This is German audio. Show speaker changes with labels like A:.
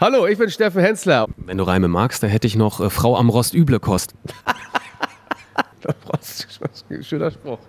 A: Hallo, ich bin Steffen Hensler.
B: Wenn du Reime magst, da hätte ich noch äh, Frau am Rost üble Kost.
A: Schöner Spruch.